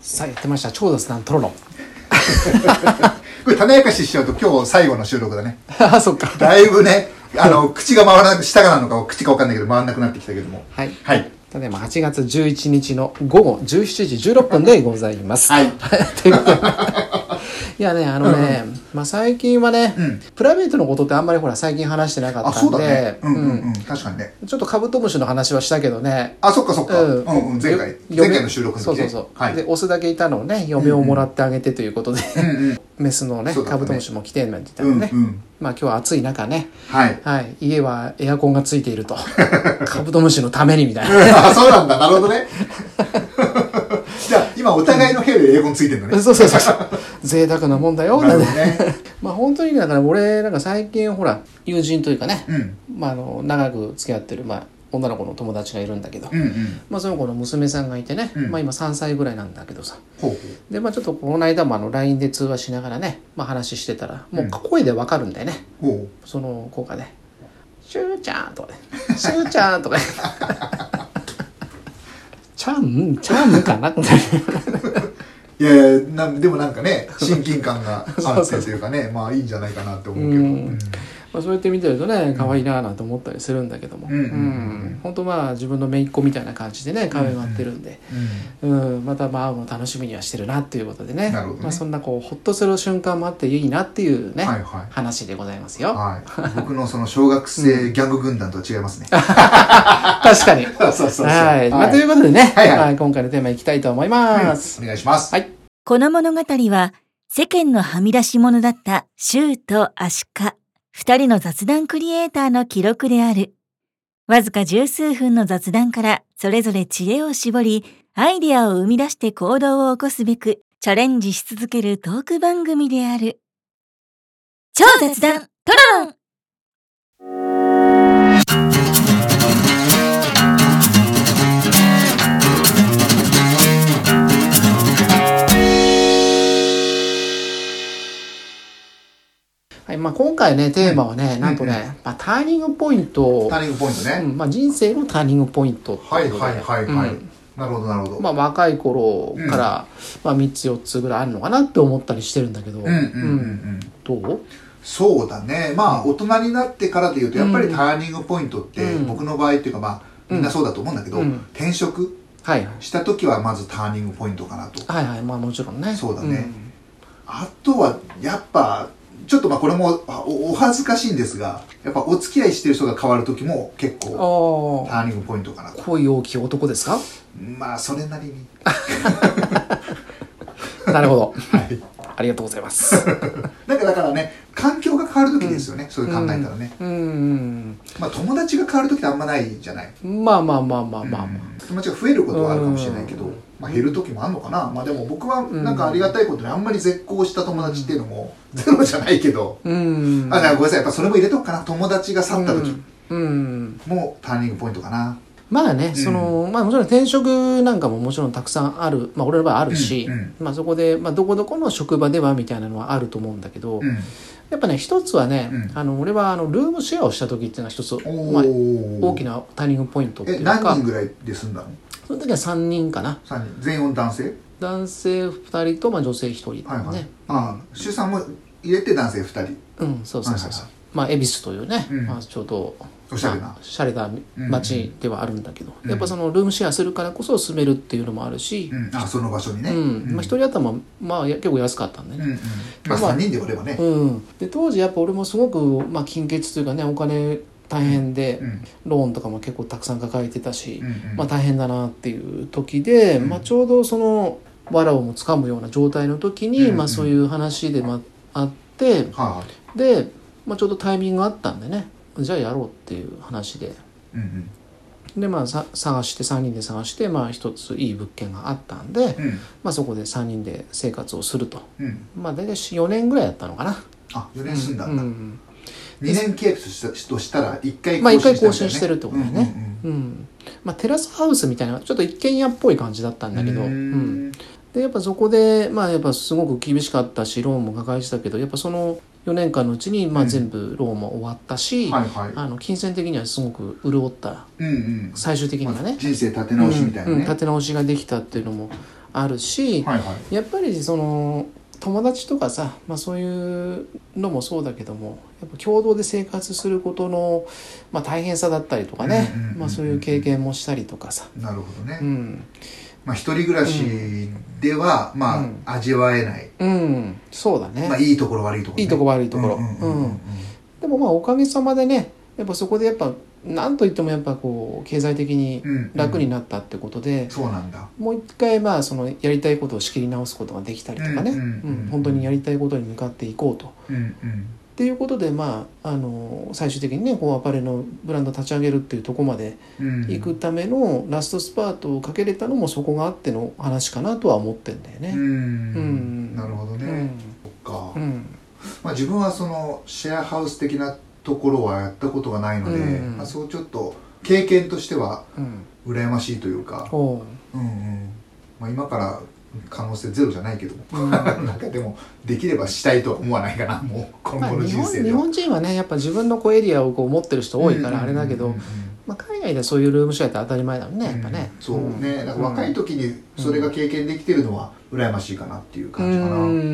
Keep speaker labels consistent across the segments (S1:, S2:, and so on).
S1: さあやってました超雑談トロロ
S2: これ種明かししちゃうと今日最後の収録だね
S1: ああそっか
S2: だいぶねあの口が回らなく舌がなのか口か分かんないけど回らなくなってきたけども
S1: はい
S2: はい
S1: ただいま8月11日の午後17時16分でございます。
S2: はい
S1: ということで。いやね、あのね、まあ最近はね、
S2: うん
S1: プライベートのことってあんまりほら最近話してなか
S2: あ
S1: った
S2: そ
S1: ん
S2: うだね
S1: で、
S2: うんうん
S1: う
S2: うん確かにね
S1: んちょっとカブトムシの話はしたけどね、
S2: あそっかそっかうんうん前回
S1: よ
S2: 前回の収録の
S1: そう
S2: 時
S1: そ
S2: ね
S1: うそう、
S2: は
S1: で
S2: い
S1: オスだけいたのをね嫁をもらってあげてということで、
S2: うんうん
S1: メスのね
S2: そうだっ
S1: カ
S2: たね
S1: ブトムシも来てるなんて
S2: う
S1: 言っ
S2: ん
S1: たらね、
S2: うん
S1: まあ今日は暑い中ね、
S2: はい
S1: はい、家はエアコンがついていると カブトムシのためにみたい な
S2: あそうなんだなるほどねじゃあ今お互いの部屋で英語についてるのね
S1: そうそうそうそう。 贅沢なもんだよ。
S2: なるほ
S1: な
S2: ど
S1: んて
S2: ね
S1: まあ本当にだから俺なんか最近ほら友人というかね、
S2: うん
S1: まああの長く付き合ってるまあ女の子の友達がいるんだけど、
S2: うんうん
S1: まあその子の娘さんがいてね、
S2: うん
S1: まあ今3歳ぐらいなんだけどさ。
S2: ほうほう
S1: でまあちょっとこの間もあの LINE で通話しながらね、まあ話してたらもう声でわかるんだよね。
S2: ほ
S1: その子がね、しゅうちゃんとかね、しゅうちゃんとかね。ちゃんちゃんかなみたいな
S2: ういやいやなんでもなんかね親近感があってというかねまあいいんじゃないかなって思うけど
S1: うん
S2: うん
S1: まあ、そうやって見てるとね可愛いなあなんて思ったりするんだけども、
S2: うんうんうん
S1: うん本当まあ自分の姪っ子みたいな感じでね可愛がってるんで、うんまたまあもう楽しみにはしてるなっていうことでね
S2: なるほどね
S1: まあ、そんなこうほっとする瞬間もあっていいなっていうね、
S2: はいはい
S1: 話でございますよ、
S2: はい、僕のその小学生ギャング軍団とは違い ますね。
S1: 確かに
S2: そうそうそう
S1: はい、まあ、ということでね、
S2: はいはい
S1: 今回のテーマいきたいと思います、
S2: お願いします。
S1: はい
S3: この物語は世間のはみ出し者だったシューとアシカ、二人の雑談クリエイターの記録である。わずか十数分の雑談からそれぞれ知恵を絞り、アイデアを生み出して行動を起こすべくチャレンジし続けるトーク番組である。超雑談トロロン
S1: はいまあ、今回ねテーマはね、なんとね、まあ、ターニングポイント、
S2: ターニングポイント
S1: う
S2: ね。
S1: んまあ、人生のターニングポイントって
S2: はい
S1: ことで
S2: はいはいはい。
S1: うん
S2: なるほどなるほど。
S1: まあ、若い頃から、まあ、3つ4つぐらいあるのかなって思ったりしてるんだけど、
S2: うんうんうんう
S1: うん
S2: ん。
S1: どう
S2: そうだね。まあ大人になってからで言うとやっぱりターニングポイントって
S1: うん
S2: 僕の場合っていうかまあみんなそうだと思うんだけど、
S1: うん
S2: 転職
S1: はい
S2: した時はまずターニングポイントかなと。
S1: はいはいまあもちろんね
S2: そうだねあとはやっぱちょっとまあこれもおお恥ずかしいんですが、やっぱお付き合いしてる人が変わる時も結
S1: うん
S2: 構タ
S1: ああ
S2: ーニングポイントかなと。
S1: 恋大きい男ですか
S2: まあそれなりに
S1: なるほど
S2: はい
S1: ありがとうございます
S2: なんかだからね環境が変わる時ですよね、そういう考えたらね、
S1: うん
S2: まあ友達が変わる時ってあんまないじゃない
S1: まあまあまあまあまあまあ、
S2: うん友達が増えることはあるかもしれないけど、
S1: うん
S2: まあ、減る時もあるのかな、まあでも僕は
S1: ん
S2: なんかありがたいことにあんまり絶交した友達っていうのもゼロじゃないけど、
S1: うん
S2: あだからごめんなさいやっぱそれも入れとくかな友達が去った時
S1: うんうん
S2: もターニングポイントかな、
S1: まあね、その、まあもちろん転職なんかももちろんたくさんある、まあ俺の場合あるし、
S2: うんうん
S1: まあそこで、まあどこどこの職場ではみたいなのはあると思うんだけど、
S2: うん
S1: やっぱね、一つはね、
S2: うん
S1: あの俺はあのルームシェアをした時っていうのは一つ、
S2: お
S1: まあ、
S2: ー
S1: 大きなターニングポイントってい
S2: え
S1: う
S2: 何
S1: か
S2: 人、ぐらいで済んだの
S1: その時は3人かな。
S2: 三人全員男性
S1: 男性2人と、まあ、女性1人、ね。
S2: はいはい、ああ主さんも入れて男性2人
S1: うん、そうそうそうそう。
S2: はいはいはい
S1: まあ、恵比寿というね、
S2: うん
S1: まあ、ちょうど、
S2: おしゃれな
S1: まあ洒落た街ではあるんだけど、
S2: うん
S1: やっぱそのルームシェアするからこそ住めるっていうのもあるし
S2: う、ん、あその場所にね、
S1: うん、まあ、1人頭、まあ、や結構安かったんでね。
S2: うんうんまあ
S1: まあ
S2: 3人でおればね、
S1: うん、で当時やっぱ俺もすごく、まあ、金欠というかねお金大変で、
S2: うん
S1: ローンとかも結構たくさん抱えてたし、
S2: うんうん
S1: まあ、大変だなっていう時で、
S2: ん
S1: まあ、ちょうどその藁をもつかむような状態の時に、
S2: うんうん
S1: まあ、そういう話で、まあ、あって
S2: はいはい
S1: で、まあ、ちょうどタイミングがあったんでねじゃあやろうっていう話で
S2: うん
S1: で、まあ、さ探して3人で探して、まあ、一ついい物件があったんで、
S2: うんうん
S1: まあ、そこで3人で生活をすると、
S2: うん
S1: まあ、大体4年ぐらいやったのかな。
S2: あ4年住んだ
S1: うん
S2: だ、
S1: ん
S2: 二2年契約したとしたら1回
S1: まあ一回更
S2: したんだよね
S1: 新してるってことだよね。うん。まあテラスハウスみたいな、ちょっと一軒家っぽい感じだったんだけど、
S2: う
S1: うん
S2: うんうん
S1: ん。で、やっぱそこで、まあやっぱすごく厳しかったし、ローンも抱えてたけど、やっぱその4年間のうちに、まあ
S2: うん
S1: 全部ローンも終わったし、
S2: はいは
S1: あの、金銭的にはすごく潤った、
S2: いうんうん
S1: 最終的にはね、
S2: 人生立て直しみたい
S1: う
S2: な
S1: んうん
S2: ね
S1: 立て直しができたっていうのもあるし、
S2: はいはい
S1: やっぱりその友達とかさ、まあ、そういうのもそうだけどもやっぱ共同で生活することの、まあ、大変さだったりとかね
S2: うんうんうんうん
S1: まあそういう経験もしたりとかさ、
S2: なるほどね、
S1: うん
S2: まあ一人暮らしでは、まあ、
S1: うん
S2: 味わえない、
S1: うん、そうだね、
S2: まあいいところ悪いところ、ね、
S1: いいとこ悪いところ、
S2: う
S1: うんん
S2: うんうんうん
S1: でもまあおかげさまでねやっぱそこでやっぱ何と言ってもやっぱこう経済的に
S2: うんうん
S1: 楽になったってことで、
S2: そうなんだ
S1: もう一回まあそのやりたいことを仕切り直すことができたりとかね、
S2: うんうんうん
S1: うん本当にやりたいことに向かっていこうと
S2: うんうん
S1: っていうことで、まあ、あの最終的にねこうアパレルのブランド立ち上げるっていうところまで
S2: うん
S1: 行くためのラストスパートをかけれたのもそこがあっての話かなとは思ってんだよ
S2: う
S1: ね。
S2: ん、
S1: うん
S2: なるほど
S1: う
S2: ね、
S1: ん
S2: そっか、
S1: うん
S2: まあ、自分はそのシェアハウス的なところはやったことがないので、
S1: うん
S2: まあ、そうちょっと経験としては
S1: うん
S2: 羨ましいというか、
S1: おう
S2: うんうんまあ、今から可能性ゼロじゃないけども、
S1: うん
S2: なんかでもできればしたいとは思わないかなもう今
S1: まあ
S2: 後の
S1: 日
S2: 人生
S1: 本
S2: で
S1: 日
S2: は、
S1: 本人はねやっぱ自分のこうエリアをこう持ってる人多いからあれだけど、
S2: うんうんうんうん
S1: まあ、海外でそういうルームシェアって当たり前だもんねやっぱね。
S2: うんそうね、
S1: ん
S2: なんか若い時にそれが経験できてるのは羨ましいかなっていう感じかな
S1: うん
S2: うん
S1: うんうんう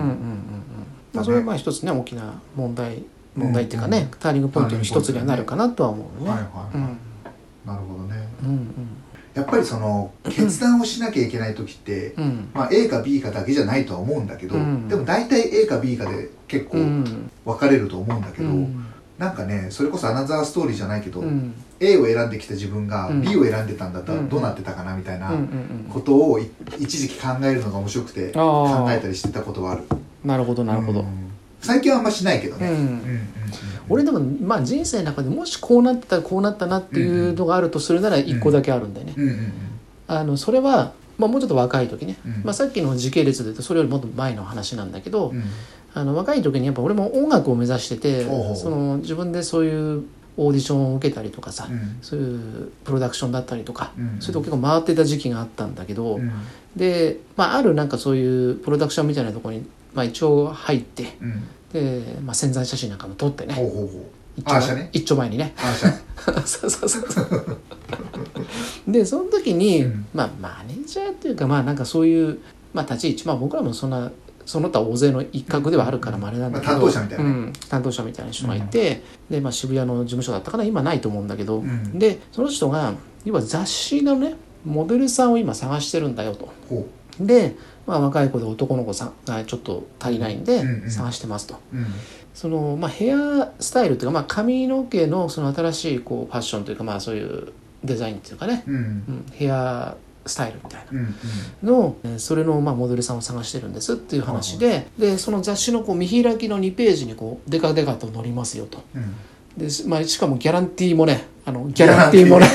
S1: んうんまあ、それはまあ一つね大きな問題問題っていうかね、ターニングポイントの一つにはなるかなとは思うね。
S2: はいはい、
S1: うん
S2: なるほどね
S1: うん
S2: やっぱりその決断をしなきゃいけない時って、
S1: うんうん
S2: まあ、A か B かだけじゃないとは思うんだけど、
S1: うん
S2: でも大体 A か B かで結構分
S1: ん
S2: かれると思うんだけ
S1: う
S2: ど、
S1: ん
S2: なんかねそれこそアナザーストーリーじゃないけど、
S1: うん
S2: A を選んできた自分が
S1: うん
S2: B を選んでたんだったら
S1: うん
S2: どうなってたかなみたいな
S1: うんうん
S2: ことをい一時期考えるのが面白くて
S1: あー
S2: 考えたりしてたことはある
S1: うんなるほどなるほど
S2: う、ん最近はあんましないけど
S1: う
S2: ね、うん
S1: ん、
S2: うんうん
S1: 俺でもまあ人生の中でもしこうなってたらこうなったなっていうのがあるとするなら一個だけあるんだよね、
S2: うんうんうん
S1: あのそれは、まあ、もうちょっと若い時ね、
S2: うん
S1: まあ、さっきの時系列で言うとそれよりもっと前の話なんだけど、
S2: うん
S1: あの若い時にやっぱ俺も音楽を目指してて
S2: ほうほう
S1: その自分でそういうオーディションを受けたりとかさ、
S2: うん
S1: そういうプロダクションだったりとか、
S2: うん
S1: そういうとこ結構回ってた時期があったんだけど、
S2: うん
S1: で、まあ、あるなんかそういうプロダクションみたいなところに、まあ、一応入って
S2: うん
S1: で、まあ、潜在写真なんかも撮って
S2: ほう
S1: ね
S2: ほうほう
S1: 一
S2: あ
S1: 丁
S2: あした
S1: 前
S2: ね
S1: 一丁前にね
S2: 感謝
S1: そうそうそうそう でその時に、
S2: うん
S1: まあ、マネージャーっていうかまあなんかそういう、まあ、立ち位置、まあ、僕らもそんなその他大勢の一角ではあるからまああれなんだけど、
S2: まあ担当者みたいなね
S1: うん担当者みたいな人がいて、でまあ、渋谷の事務所だったかな今ないと思うんだけど、
S2: うん
S1: でその人が要は雑誌のねモデルさんを今探してるんだよと。
S2: ほ
S1: で、まあ、若い子で男の子さんがちょっと足りないん
S2: うんうん
S1: で探してますと、
S2: ううん
S1: その、まあ、ヘアスタイルっていうか、まあ、髪の毛のその新しいこうファッションというか、まあ、そういうデザインっていうかね、
S2: うん
S1: うん、ヘアスタイルみたいな
S2: うんうん
S1: のえーそれのまあモデルさんを探してるんですっていう話で,、でその雑誌のこう見開きの2ページにこうデカデカと載りますよと
S2: うん
S1: で、しまあ、しかもギャランティーもねあのギャランティーもね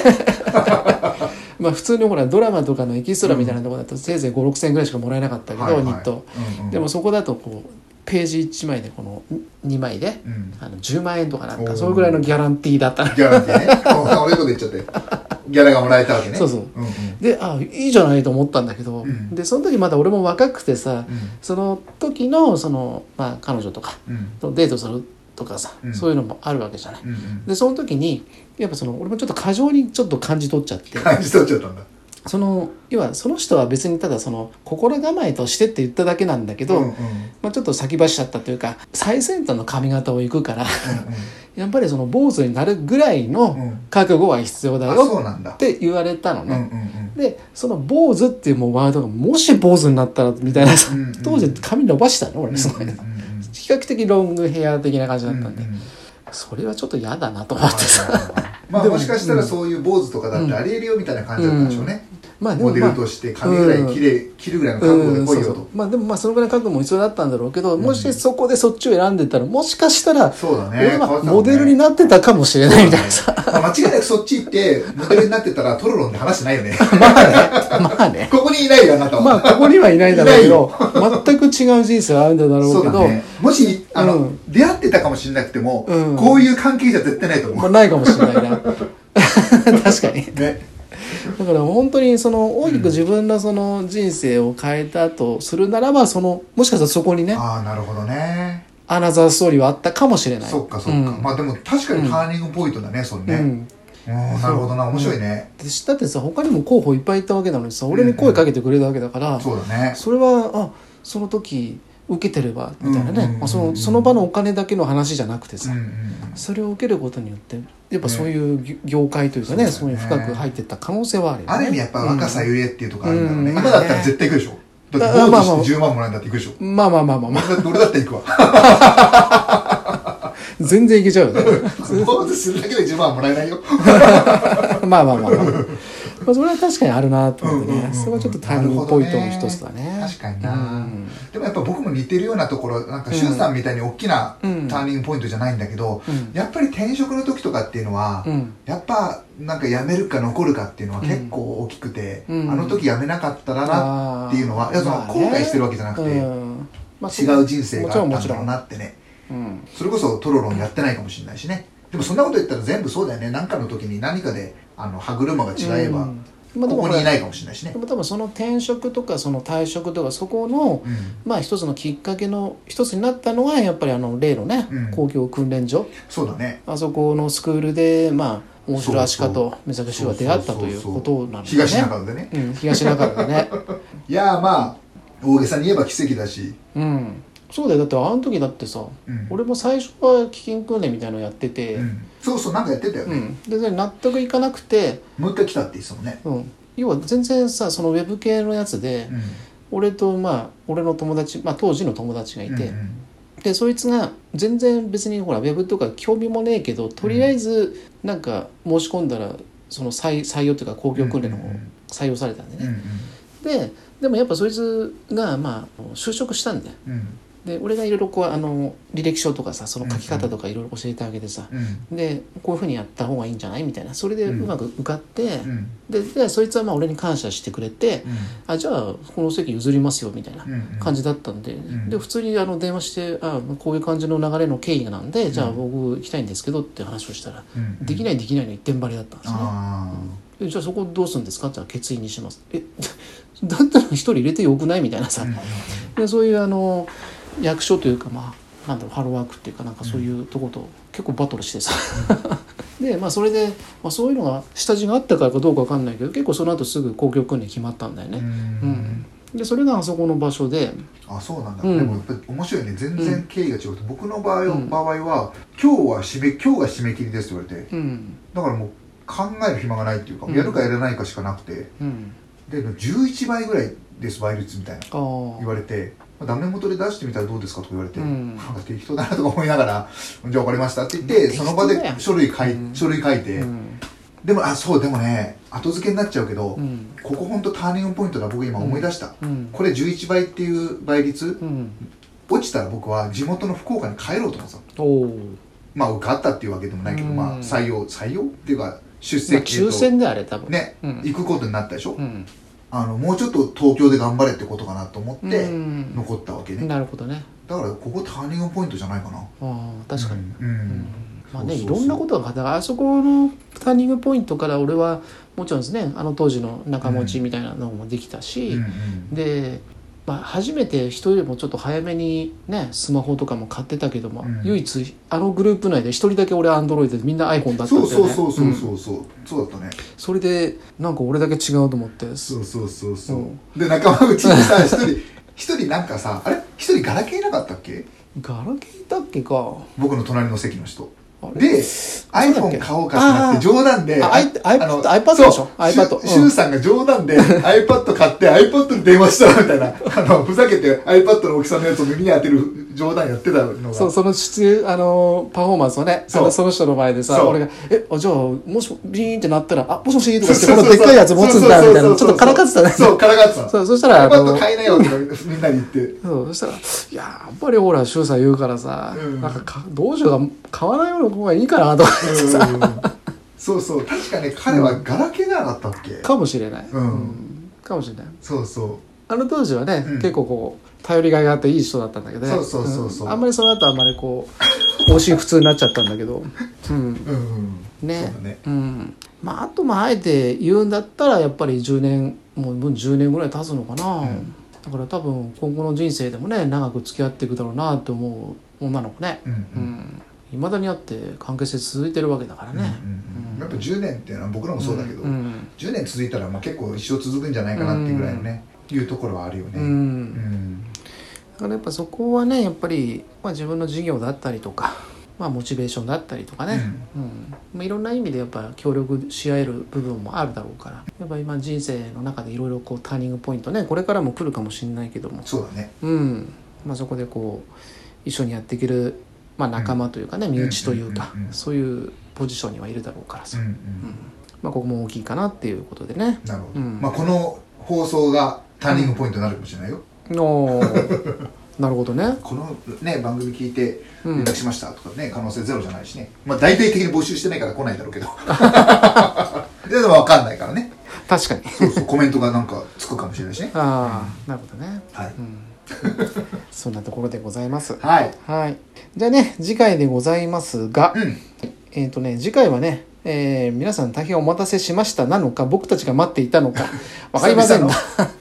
S1: まあ普通にほらドラマとかのエキストラみたいなところだとせいぜい5 6千円ぐらいしかもらえなかったけど、
S2: はいはい
S1: ニット
S2: うんうん
S1: でもそこだとこうページ1枚でこの2枚で
S2: うん
S1: あの10万円とかなん
S2: おー
S1: かそれぐらいのギャランティーだった
S2: ギャランティーねうん俺のこと言っちゃってギャラがもらえたわけね
S1: そうそう
S2: うんうん
S1: であいいじゃないと思ったんだけど、
S2: うん
S1: でその時まだ俺も若くてさ
S2: うん
S1: その時のその、まあ、彼女とか
S2: うん
S1: とデートするとかさ、
S2: うん
S1: そういうのもあるわけじゃない。
S2: うんうん
S1: でその時にやっぱその俺もちょっと過剰にちょっと感じ取っちゃって
S2: 感じ取っちゃったんだ
S1: その要はその人は別にただその心構えとしてって言っただけなんだけど、
S2: うんうんうんうん
S1: まあ、ちょっと先走っちゃったというか最先端の髪型を行くからやっぱりその坊主になるぐらいの
S2: うん
S1: 覚悟は必要だ
S2: あ
S1: よ
S2: そうなんだ
S1: って言われたの
S2: うんうん
S1: ね。でその坊主っていうもうワードがもし坊主になったらみたいなさ
S2: うんうん
S1: 当時髪伸ばしたの俺その
S2: うんうん
S1: 間
S2: うん
S1: 比較的ロングヘア的な感じだったんで
S2: うう
S1: それはちょっと嫌だなと思ってさ
S2: まあ
S1: でも
S2: もしかしたらそういう坊主とかだってありえるよみたいな感じだったんでしょうね、
S1: まあで
S2: モ
S1: も
S2: デ
S1: ま
S2: ル
S1: あ
S2: として髪ぐらい切れ、切るぐらいの覚
S1: う
S2: 悟で
S1: ん
S2: 来
S1: そ
S2: いうよ
S1: そ
S2: と、
S1: うまあでもまあそのぐらい覚悟も必要だったんだろうけどもしそこでそっちを選んでたらもしかしたら
S2: そうだね
S1: 俺
S2: 変わっ
S1: は
S2: てたも
S1: モ
S2: んね
S1: デルになってたかもしれないみたいなさ
S2: まあ間違いなくそっち行ってモデルになってたらトロロンで話してないよね
S1: まあね
S2: ここにいないよあなたは、
S1: まあここにはいないだろうけど全く違う人生を歩んだだろ
S2: そうう
S1: け
S2: だ
S1: ど
S2: ねもしあの、
S1: うん
S2: 出会ってたかもしれなくても、
S1: うん
S2: こういう関係じゃ絶対ないと
S1: ま
S2: 思
S1: あないかもしれないな 確かに
S2: うね
S1: だから本当にその大きく自分のその人生を変えたとするならばそのもしかしたらそこにね
S2: ああなるほどね
S1: アナザーストーリーはあったかもしれない
S2: そっかそっか、
S1: うん
S2: まあでも確かにターニングポイントだね、それね、
S1: うん
S2: うん、なるほどな、面白いね。
S1: でだってさ他にも候補いっぱいいたわけなのにさ俺に声かけてくれたわけだから、
S2: そうだね。
S1: それはあその時受けてればみたいなね、
S2: うんうんうん
S1: まあ、そのその場のお金だけの話じゃなくて
S2: う
S1: さ、
S2: んうん
S1: それを受けることによってやっぱそういうぎ業界というかね
S2: そ
S1: そうう
S2: だ
S1: い
S2: よ
S1: う
S2: ね
S1: 深く入ってった可能性はあるよね
S2: ある意味やっぱ若さゆえっていうとこあるんだろうね。
S1: うん
S2: 今だったら絶対行くでしょ。だって
S1: うん
S2: ゴールドして10万もらえんだって行くでしょ。
S1: うんまあまあまあまあまあ
S2: 俺だって俺だって行くわ。
S1: 全然いけちゃうよね
S2: ゴールドするだけで10万もらえないよ。
S1: まあまあまあまあ、まあ、それは確かにあるなと思ってね、
S2: うんうんうんうん
S1: それはちょっとターニングポイントの一つだね
S2: 確かに
S1: う。
S2: なんでもやっぱ僕も似てるようなところ、なんかシュンさんみたいに大きなタ
S1: うん
S2: ーニングポイントじゃないんだけど
S1: うん、
S2: やっぱり転職の時とかっていうのは
S1: う、ん
S2: やっぱなんか辞めるか残るかっていうのは結構大きくて、あ
S1: うん
S2: の時辞めなかったらなっていうのは、いやその
S1: まあ
S2: 後
S1: ね
S2: 悔してるわけじゃなくて、
S1: うんまあ、
S2: 違う人生があったんだろうなってね。
S1: うん
S2: それこそトロロンやってないかもしれないしね。でもそんなこと言ったら全部そうだよね。何かの時に何かであの歯車が違えば、
S1: うんまあ、でも
S2: ここ
S1: ほ
S2: にい
S1: ら
S2: ないかもしれないしね
S1: で。も多分その転職とかその退職とかそこの、
S2: うん
S1: まあ、一つのきっかけの一つになったのはやっぱりあの例のね、
S2: うん
S1: 公共訓練所
S2: そうだね。
S1: あそこのスクールでまあ面白いアシカと目作シュは出会った
S2: そうそ
S1: と
S2: う
S1: い
S2: そう
S1: う
S2: そう
S1: ことなんですね
S2: 東中野でね。
S1: うん、東中野で ね
S2: いやーまあ、大げさに言えば奇跡だし。
S1: うんそうだよだってあの時だってさ、
S2: うん
S1: 俺も最初は基金訓練みたいなのやってて、
S2: うんそうそう、なんかやってたよ
S1: う
S2: ね。
S1: ん、でで納得いかなくて、
S2: もう一回来たって言ってたもんね。
S1: うん、要は全然さそのウェブ系のやつで、
S2: うん
S1: 俺とまあ俺の友達、まあ、当時の友達がいて、
S2: うんうん
S1: でそいつが全然別にほらウェブとか興味もねえけどとりあえずなんか申し込んだらその採採用というか公共訓練の方
S2: うんうんうん
S1: 採用されたんで
S2: うん
S1: ね、ででもやっぱそいつがまあ就職したんだよ
S2: うんうん
S1: で俺がいろいろこうあの履歴書とかさその書き方とかいろいろ教えてあげてさ、
S2: うん
S1: でこういうふうにやった方がいいんじゃないみたいなそれでうまく受かって、
S2: うん
S1: ででそいつはまあ俺に感謝してくれて、あじゃあこの席譲りますよみたいな
S2: うんうん
S1: 感じだったんで、
S2: ん
S1: で普通にあの電話してあこういう感じの流れの経緯なんで、じゃあ僕行きたいんですけどって話をしたら、
S2: うんうん
S1: できないできないの一点張りだったんですね、
S2: あー
S1: でじゃあそこどうするんですかって言ったら決意にしますえ だったら一人入れてよくないみたいなさ、
S2: うん
S1: でそういうあの役所というかまあなんだろうハローワークっていうかなんかそういうとこと結構バトルしてさ、 でまあそれで、まあ、そういうのが下地があったからかどうかわかんないけど結構その後すぐ公共訓練決まったんだよ
S2: う
S1: ね、うん
S2: ん
S1: でそれがあそこの場所で
S2: あそうなんだ、
S1: うん
S2: でもやっぱり面白いね全
S1: う
S2: 然
S1: ん
S2: 経緯が違うと、僕の場合は,、
S1: うん
S2: 場合は今日は締め今日が締め切りですって言われて
S1: うん
S2: だからもう考える暇がないっていうか、
S1: うん
S2: やるかやらないかしかなくて
S1: うん
S2: で11倍ぐらいです倍率みたいな
S1: あ
S2: 言
S1: あ
S2: われてまあダメ元で出してみたらどうですかとか言われて、
S1: うん
S2: なんか適当だなとか思いながら「じゃあ分かりました」って言って、
S1: うん
S2: その場で
S1: 適当だよ
S2: 書類書い,、
S1: うん
S2: 書類書いて、
S1: うん
S2: でもあそうでもね後付けになっちゃうけど、
S1: うん
S2: ここ本当ターニングポイントだ僕今思い出した、
S1: うん
S2: これ11倍っていう倍率
S1: うん
S2: 落ちたら僕は地元の福岡に帰ろうと思ってたの
S1: おお
S2: まあ受かったっていうわけでもないけど、
S1: うん
S2: まあ採用採用っていうか出
S1: まあ
S2: 席、
S1: 抽選であれ多分
S2: ね、
S1: うん
S2: 行くことになったでしょ、
S1: うん
S2: あのもうちょっと東京で頑張れってことかなと思っ
S1: う
S2: て
S1: ん
S2: 残ったわけね、
S1: なるほどね
S2: だからここターニングポイントじゃないかな
S1: ああ確かに、
S2: うん、うん
S1: まあね、
S2: そう
S1: い
S2: そうそう
S1: ろんなことがだからあそこのターニングポイントから俺はもちろんですねあの当時の仲持ちみたいなのもできた
S2: うんう
S1: し、
S2: ん
S1: で、まあ、初めて人よりもちょっと早めにねスマホとかも買ってたけども、
S2: うん
S1: 唯一あのグループ内で一人だけ俺アンドロイドでみんな iPhone だったん
S2: そう
S1: だよ
S2: そう
S1: ね
S2: そうそう
S1: うん
S2: そうそう、そうだったね
S1: それでなんか俺だけ違うと思って
S2: そうそうそうそう、
S1: うん
S2: で仲間内にさ一人 一人なんかさあれ一人ガラケーいなかったっけ
S1: ガラケーだっけか
S2: 僕の隣の席の人
S1: あれ
S2: で
S1: うだっけ
S2: iPhone 買おうかってなって冗談で
S1: あ i-
S2: あ
S1: iPad- iPad でしょ
S2: そう
S1: iPad
S2: シュシュウさんが冗談 で iPad 買って iPad に電話したらみたいなあのふざけて iPad の大きさのやつを耳に当てる冗談やってたのが
S1: そうその出あのパフォーマンスをね
S2: そう
S1: あのその人の前でさ
S2: そう
S1: 俺が「えあじゃあもしビーンってなったらあもしもし」とか言って
S2: そう
S1: この
S2: そうそう
S1: でっかいやつ持つんだみたいなちょっとからかってたね
S2: そうそうからかってた
S1: そううそしたらあの
S2: iPad 買いなよってみんなに言って
S1: そうそしたら「いややっぱりほら柊さん言うからさ、
S2: うん
S1: なんかかどうしようか買わないような方がいいかな」とか言ってさ、
S2: そうそう確かね彼はガラケーじゃなかったっけ、
S1: かもしれない、
S2: うん
S1: かもしれない
S2: そうそ
S1: あの当時はね、
S2: うん
S1: 結構こう頼りがいがあっていい人だったんだけどね
S2: そうそうそうそうん
S1: あんまりその後あんまりこう方針不通になっちゃったんだけどうん
S2: ううん
S1: ね
S2: そうだね
S1: んまあ、あとまああえて言うんだったらやっぱり10年もうもう10年ぐらい経つのかな、
S2: うん
S1: だから多分今後の人生でもね長く付き合っていくだろうなと思う女の子ね
S2: うんう
S1: うんんいま、未だにあって関係性続いてるわけだから
S2: うんうん
S1: ね、
S2: うんやっぱ10年っていうのは僕らもそうだけど、
S1: うん
S2: 10年続いたらまあ結構一生続くんじゃないかなっていうぐらいのね、いうところはあるよ
S1: う
S2: ね。
S1: ん
S2: うん
S1: だからやっぱそこはねやっぱり、まあ、自分の事業だったりとか、 まあ、モチベーションだったりとかね、うんまあ、いろんな意味でやっぱ協力し合える部分もあるだろうからやっぱ今人生の中でいろいろこうターニングポイントねこれからも来るかもしれないけども、
S2: そうだね。
S1: うんまあ、そこでこう一緒にやっていける、まあ、仲間というかね、身内というか、
S2: うんうんうんうん
S1: そういうポジションにはいるだろうから
S2: う
S1: さ、
S2: んう
S1: うん
S2: ん。
S1: まあ、ここも大きいかなっていうことでね。
S2: なるほど。
S1: うん
S2: まあこの放送がターニングポイントになるかもしれないよ。
S1: お ーなるほどね。
S2: このね番組聞いて
S1: うん
S2: 連絡しましたとかね、可能性ゼロじゃないしね。まあ大体的に募集してないから来ないだろうけ ど。でもわかんないからね。
S1: 確かに。
S2: そうそうコメントがなんかつくかもしれないしね。
S1: ああ、なるほどね。
S2: はい。
S1: うんそんなところでございます。
S2: はい。
S1: はい。じゃあね、次回でございますが、
S2: うん。
S1: えっ、とね、次回はね、えー皆さん大変お待たせしましたなのか、僕たちが待っていた のか、わかりませんが
S2: 久、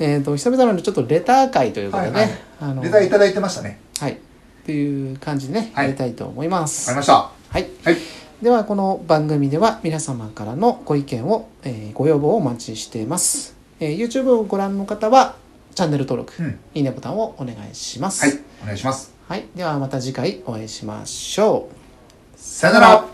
S1: えっと、久々なのでちょっとレター会ということでね、
S2: はいはい
S1: あの
S2: レターいただいてましたね。
S1: はい。っていう感じでね、
S2: はい
S1: やりたいと思いま
S2: わか
S1: す。
S2: りました。
S1: はい。
S2: はい。
S1: ではこの番組では皆様からのご意見を、えーご要望をお待ちしています、えー YouTube をご覧の方はチャンネル登録、
S2: うん
S1: いいねボタンをお願いします
S2: はい。お願いします。
S1: はい、ではまた次回お会いしましょう
S2: さよなら